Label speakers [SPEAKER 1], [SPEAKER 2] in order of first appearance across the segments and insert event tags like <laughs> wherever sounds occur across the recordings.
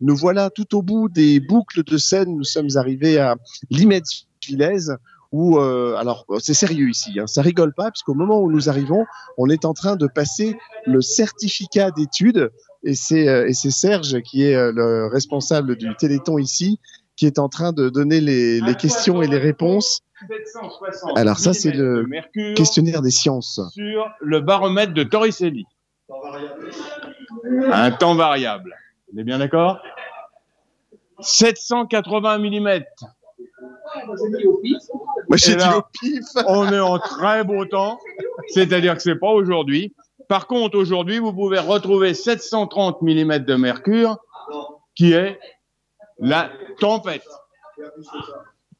[SPEAKER 1] Nous voilà tout au bout des boucles de Seine. Nous sommes arrivés à limette villaise où, euh, alors, c'est sérieux ici, hein, ça rigole pas, puisqu'au moment où nous arrivons, on est en train de passer le certificat d'études, et c'est euh, et c'est Serge qui est euh, le responsable du Téléthon ici, qui est en train de donner les, les questions et les réponses.
[SPEAKER 2] 760
[SPEAKER 1] Alors ça, c'est le
[SPEAKER 2] millimètres de mercure
[SPEAKER 1] Questionnaire des sciences.
[SPEAKER 2] sur le baromètre de Torricelli. Un temps variable. On est bien d'accord 780 mm.
[SPEAKER 1] Moi, j'ai
[SPEAKER 2] Et
[SPEAKER 1] dit
[SPEAKER 2] là-
[SPEAKER 1] au pif.
[SPEAKER 2] On est en très beau temps, c'est-à-dire que c'est pas aujourd'hui. Par contre, aujourd'hui, vous pouvez retrouver 730 mm de mercure, qui est la tempête.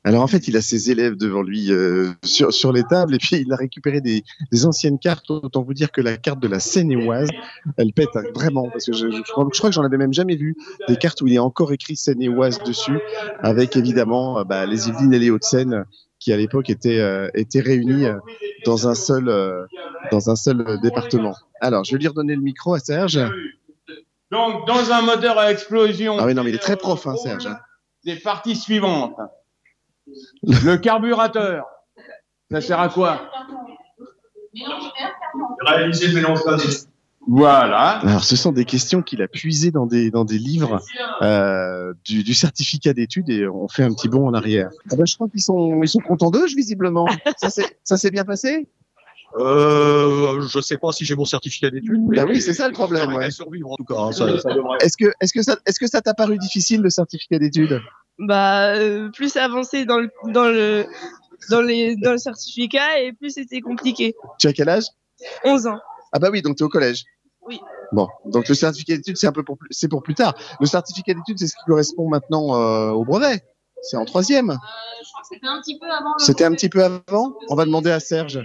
[SPEAKER 1] Alors en fait, il a ses élèves devant lui euh, sur, sur les tables et puis il a récupéré des, des anciennes cartes. Autant vous dire que la carte de la Seine-et-Oise, elle pète hein, vraiment parce que je, je, je crois, je crois que j'en avais même jamais vu des cartes où il est encore écrit Seine-et-Oise dessus, avec évidemment euh, bah, les Yvelines et les Hauts-de-Seine qui à l'époque étaient euh, étaient réunis euh, dans un seul euh, dans un seul euh, département. Alors je vais lui redonner le micro à Serge.
[SPEAKER 2] Donc, dans un moteur à explosion.
[SPEAKER 1] Ah oui non mais il est très prof hein, Serge. hein.
[SPEAKER 2] Des parties suivantes. Le carburateur. Ça sert à quoi
[SPEAKER 3] Réaliser le mélange basique.
[SPEAKER 2] Voilà.
[SPEAKER 1] Alors, ce sont des questions qu'il a puisées dans des, dans des livres euh, du, du certificat d'études et on fait un petit bond en arrière. Ah ben, je crois qu'ils sont, ils sont contents d'eux, visiblement. Ça s'est- ça s'est bien passé
[SPEAKER 3] Euh, je sais pas si j'ai mon certificat d'études. mais
[SPEAKER 1] Bah oui, c'est ça le problème.
[SPEAKER 3] j'arriverai
[SPEAKER 1] ouais.
[SPEAKER 3] à survivre en tout cas. hein, ça-
[SPEAKER 1] Est-ce que, est-ce que ça, est-ce que ça t'a paru difficile le certificat d'études
[SPEAKER 4] Bah, euh, plus ça avançait dans le, dans le, dans les, dans le certificat et plus c'était compliqué.
[SPEAKER 1] Tu as quel âge
[SPEAKER 4] 11 ans.
[SPEAKER 1] Ah bah oui, donc tu es au collège.
[SPEAKER 4] Oui.
[SPEAKER 1] Bon, donc le certificat d'études c'est un peu pour, plus- c'est pour plus tard. Le certificat d'études c'est ce qui correspond maintenant euh, au brevet. C'est en troisième.
[SPEAKER 5] je crois que c'était un petit peu avant.
[SPEAKER 1] C'était un petit peu avant. On va demander à Serge.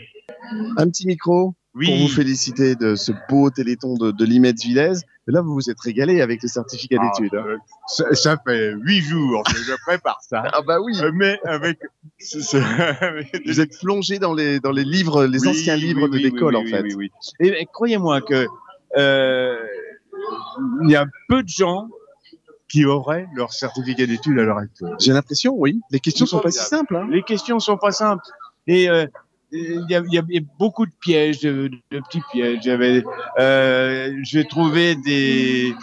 [SPEAKER 1] Un petit micro. pour vous féliciter de ce beau téléthon de, de Limette Villez. Et là, vous vous êtes régalé avec le certificat
[SPEAKER 2] Ah,
[SPEAKER 1] d'études. hein.
[SPEAKER 2] euh, ça, ça fait huit jours que je prépare ça.
[SPEAKER 1] Ah bah oui,
[SPEAKER 2] Euh, Mais avec. ce- ce- avec des-
[SPEAKER 1] vous êtes plongé dans les, dans les livres, les
[SPEAKER 2] Oui,
[SPEAKER 1] anciens
[SPEAKER 2] oui,
[SPEAKER 1] livres
[SPEAKER 2] oui,
[SPEAKER 1] de
[SPEAKER 2] oui,
[SPEAKER 1] l'école,
[SPEAKER 2] oui,
[SPEAKER 1] en
[SPEAKER 2] oui,
[SPEAKER 1] fait.
[SPEAKER 2] oui, oui. Et, et croyez-moi que euh, il y a peu de gens qui auraient leur certificat d'études à l'heure actuelle.
[SPEAKER 1] J'ai l'impression, oui. Les questions sont pas si simples. Hein.
[SPEAKER 2] Les questions sont pas simples. Et euh, il y, a, il y a- il y a beaucoup de pièges, de, de petits pièges. J'avais, euh, j'ai trouvé des,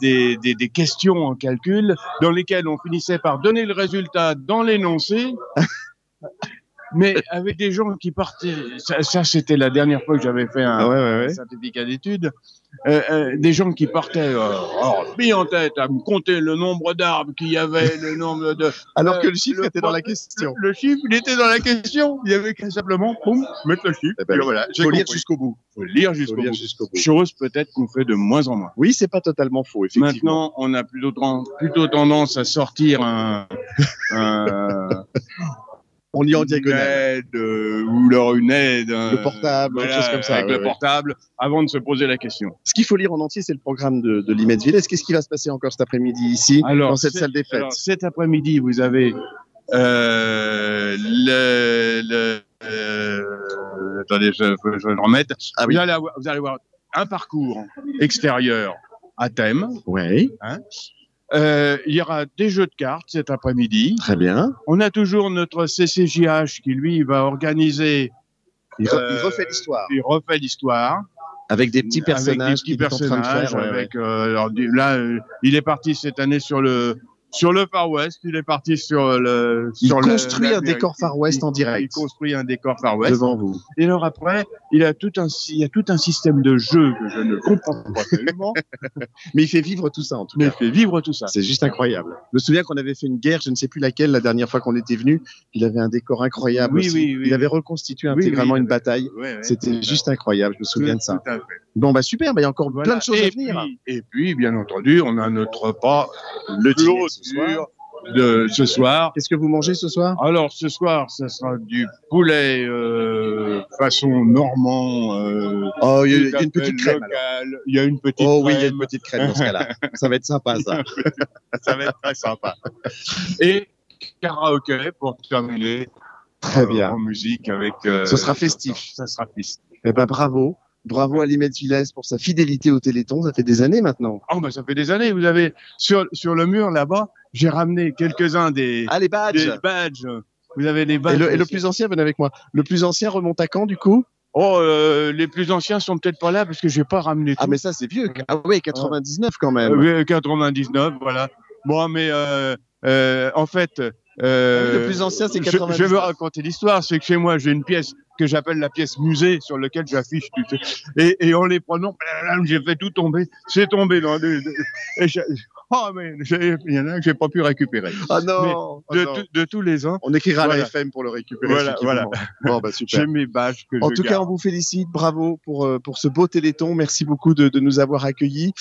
[SPEAKER 2] des, des, des questions en calcul dans lesquelles on finissait par donner le résultat dans
[SPEAKER 1] <laughs>
[SPEAKER 2] l'énoncé, mais avec des gens qui partaient. Ça, ça, c'était la dernière fois que j'avais fait un,
[SPEAKER 1] Ah ouais, ouais, ouais.
[SPEAKER 2] certificat d'études, euh, euh, des gens qui partaient euh, alors, mis en tête à me compter le nombre d'arbres qu'il y avait, le nombre de...
[SPEAKER 1] Alors que
[SPEAKER 2] Euh,
[SPEAKER 1] le chiffre
[SPEAKER 2] le
[SPEAKER 1] était dans la
[SPEAKER 2] point-
[SPEAKER 1] question.
[SPEAKER 2] Le chiffre, il était dans la question. Il y avait qu'à simplement boum, mettre le chiffre.
[SPEAKER 1] Eh ben
[SPEAKER 2] Et
[SPEAKER 1] oui.
[SPEAKER 2] voilà, j'ai
[SPEAKER 1] Faut lire
[SPEAKER 2] compris.
[SPEAKER 1] jusqu'au bout.
[SPEAKER 2] Faut lire
[SPEAKER 1] Faut
[SPEAKER 2] jusqu'au
[SPEAKER 1] lire
[SPEAKER 2] bout.
[SPEAKER 1] jusqu'au bout.
[SPEAKER 2] Chose peut-être qu'on fait de moins en moins.
[SPEAKER 1] Oui, c'est pas totalement faux, effectivement.
[SPEAKER 2] Maintenant, on a plutôt, ten- plutôt tendance à sortir un, <laughs> un-
[SPEAKER 1] on lit en
[SPEAKER 2] une
[SPEAKER 1] diagonale.
[SPEAKER 2] aide, euh, ou leur une aide, un-
[SPEAKER 1] Le portable, quelque chose comme ça,
[SPEAKER 2] euh, avec
[SPEAKER 1] ouais,
[SPEAKER 2] le
[SPEAKER 1] ouais.
[SPEAKER 2] portable, avant de se poser la question.
[SPEAKER 1] Ce qu'il faut lire en entier, c'est le programme de, de Limette Villez. Qu'est-ce qui va se passer encore cet après-midi ici,
[SPEAKER 2] Alors,
[SPEAKER 1] dans cette
[SPEAKER 2] c'est-
[SPEAKER 1] salle des fêtes
[SPEAKER 2] Alors, cet après-midi, vous avez euh, le. le- euh, attendez, je, faut que je le remette.
[SPEAKER 1] Ah oui.
[SPEAKER 2] vous, allez avoir, vous allez avoir un parcours extérieur à thème.
[SPEAKER 1] Oui,
[SPEAKER 2] Euh, il y aura des jeux de cartes cet après-midi.
[SPEAKER 1] très bien.
[SPEAKER 2] On a toujours notre CCJH qui, lui, va organiser,
[SPEAKER 1] Il, re-
[SPEAKER 2] Euh,
[SPEAKER 1] il refait l'histoire.
[SPEAKER 2] il refait l'histoire.
[SPEAKER 1] Avec des petits
[SPEAKER 2] avec
[SPEAKER 1] personnages
[SPEAKER 2] des petits
[SPEAKER 1] qu'il est en train de
[SPEAKER 2] personnages.
[SPEAKER 1] faire, ouais, ouais.
[SPEAKER 2] avec, euh, alors, du- là, euh, il est parti cette année sur le sur le Far West. Il est parti sur le
[SPEAKER 1] Il
[SPEAKER 2] sur le-
[SPEAKER 1] construit un
[SPEAKER 2] l'Amérique.
[SPEAKER 1] décor Far West en
[SPEAKER 2] Il- Il
[SPEAKER 1] direct
[SPEAKER 2] construit un décor Far West.
[SPEAKER 1] devant vous.
[SPEAKER 2] Et alors après, il a tout un sy- il y a tout un système de jeu que je ne comprends pas
[SPEAKER 1] <laughs>
[SPEAKER 2] tellement,
[SPEAKER 1] Mais il fait vivre tout ça en tout
[SPEAKER 2] mais il
[SPEAKER 1] cas.
[SPEAKER 2] fait vivre tout ça.
[SPEAKER 1] C'est juste incroyable. Je me souviens qu'on avait fait une guerre, je ne sais plus laquelle, la dernière fois qu'on était venu. Il avait un décor incroyable.
[SPEAKER 2] Oui,
[SPEAKER 1] aussi.
[SPEAKER 2] oui, oui.
[SPEAKER 1] il avait reconstitué
[SPEAKER 2] Oui,
[SPEAKER 1] intégralement
[SPEAKER 2] oui,
[SPEAKER 1] une
[SPEAKER 2] oui.
[SPEAKER 1] bataille.
[SPEAKER 2] Ouais, ouais.
[SPEAKER 1] C'était juste incroyable, je me souviens de ça.
[SPEAKER 2] Tout à fait.
[SPEAKER 1] Bon, bah super, bah, il y a encore
[SPEAKER 2] Voilà.
[SPEAKER 1] plein de choses
[SPEAKER 2] et
[SPEAKER 1] à venir.
[SPEAKER 2] Puis, et puis, bien entendu, on a notre repas
[SPEAKER 1] Le dîner
[SPEAKER 2] clôture
[SPEAKER 1] ce soir.
[SPEAKER 2] de ce soir.
[SPEAKER 1] Qu'est-ce que vous mangez ce soir
[SPEAKER 2] Alors ce soir, ça sera du poulet euh, façon normand. euh,
[SPEAKER 1] Oh, il y a-
[SPEAKER 2] tout
[SPEAKER 1] il y a
[SPEAKER 2] à
[SPEAKER 1] une
[SPEAKER 2] fait
[SPEAKER 1] petite crème. alors.
[SPEAKER 2] locale. Il y a une petite
[SPEAKER 1] Oh oui, il y a
[SPEAKER 2] crème.
[SPEAKER 1] une petite crème dans ce
[SPEAKER 2] <laughs>
[SPEAKER 1] cas-là. Ça va être sympa ça.
[SPEAKER 2] ça va être très sympa. Et karaoké pour terminer
[SPEAKER 1] Très
[SPEAKER 2] euh,
[SPEAKER 1] bien.
[SPEAKER 2] en musique avec. euh,
[SPEAKER 1] Ce sera festif.
[SPEAKER 2] Ça sera festif.
[SPEAKER 1] Eh ben bravo. Bravo à Limette Villas pour sa fidélité au Téléthon. Ça fait des années maintenant.
[SPEAKER 2] Oh, ben, ça fait des années. Vous avez sur, sur le mur là-bas, j'ai ramené quelques-uns des,
[SPEAKER 1] Ah, les badges!
[SPEAKER 2] des badges. Vous avez les badges.
[SPEAKER 1] Et le, et le
[SPEAKER 2] aussi.
[SPEAKER 1] plus ancien, venez avec moi. Le plus ancien remonte à quand, du coup
[SPEAKER 2] Oh, euh, les plus anciens sont peut-être pas là parce que j'ai pas ramené tout.
[SPEAKER 1] Ah, mais ça, c'est vieux. Ah ouais, 99 quand même.
[SPEAKER 2] Euh, oui, 99, voilà. Bon, mais euh, euh, en fait, euh,
[SPEAKER 1] Ah le plus ancien, c'est
[SPEAKER 2] je, je
[SPEAKER 1] 99.
[SPEAKER 2] veux raconter l'histoire. C'est que chez moi, j'ai une pièce que j'appelle la pièce musée sur laquelle j'affiche tout. Et, et en les prenant, blablabla, j'ai fait tout tomber. C'est tombé dans des. des- et j'ai- oh, mais j'ai- il y en a un que j'ai pas pu récupérer.
[SPEAKER 1] Ah non,
[SPEAKER 2] De,
[SPEAKER 1] ah non.
[SPEAKER 2] tout- de tous les ans,
[SPEAKER 1] On écrira à
[SPEAKER 2] Voilà.
[SPEAKER 1] la FM pour le récupérer.
[SPEAKER 2] Voilà,
[SPEAKER 1] effectivement. Bon, bah
[SPEAKER 2] <laughs> j'ai
[SPEAKER 1] super.
[SPEAKER 2] mes badges que
[SPEAKER 1] En
[SPEAKER 2] je
[SPEAKER 1] tout
[SPEAKER 2] garde.
[SPEAKER 1] cas, on vous félicite. Bravo pour, euh, pour ce beau téléthon. Merci beaucoup de, de nous avoir accueillis.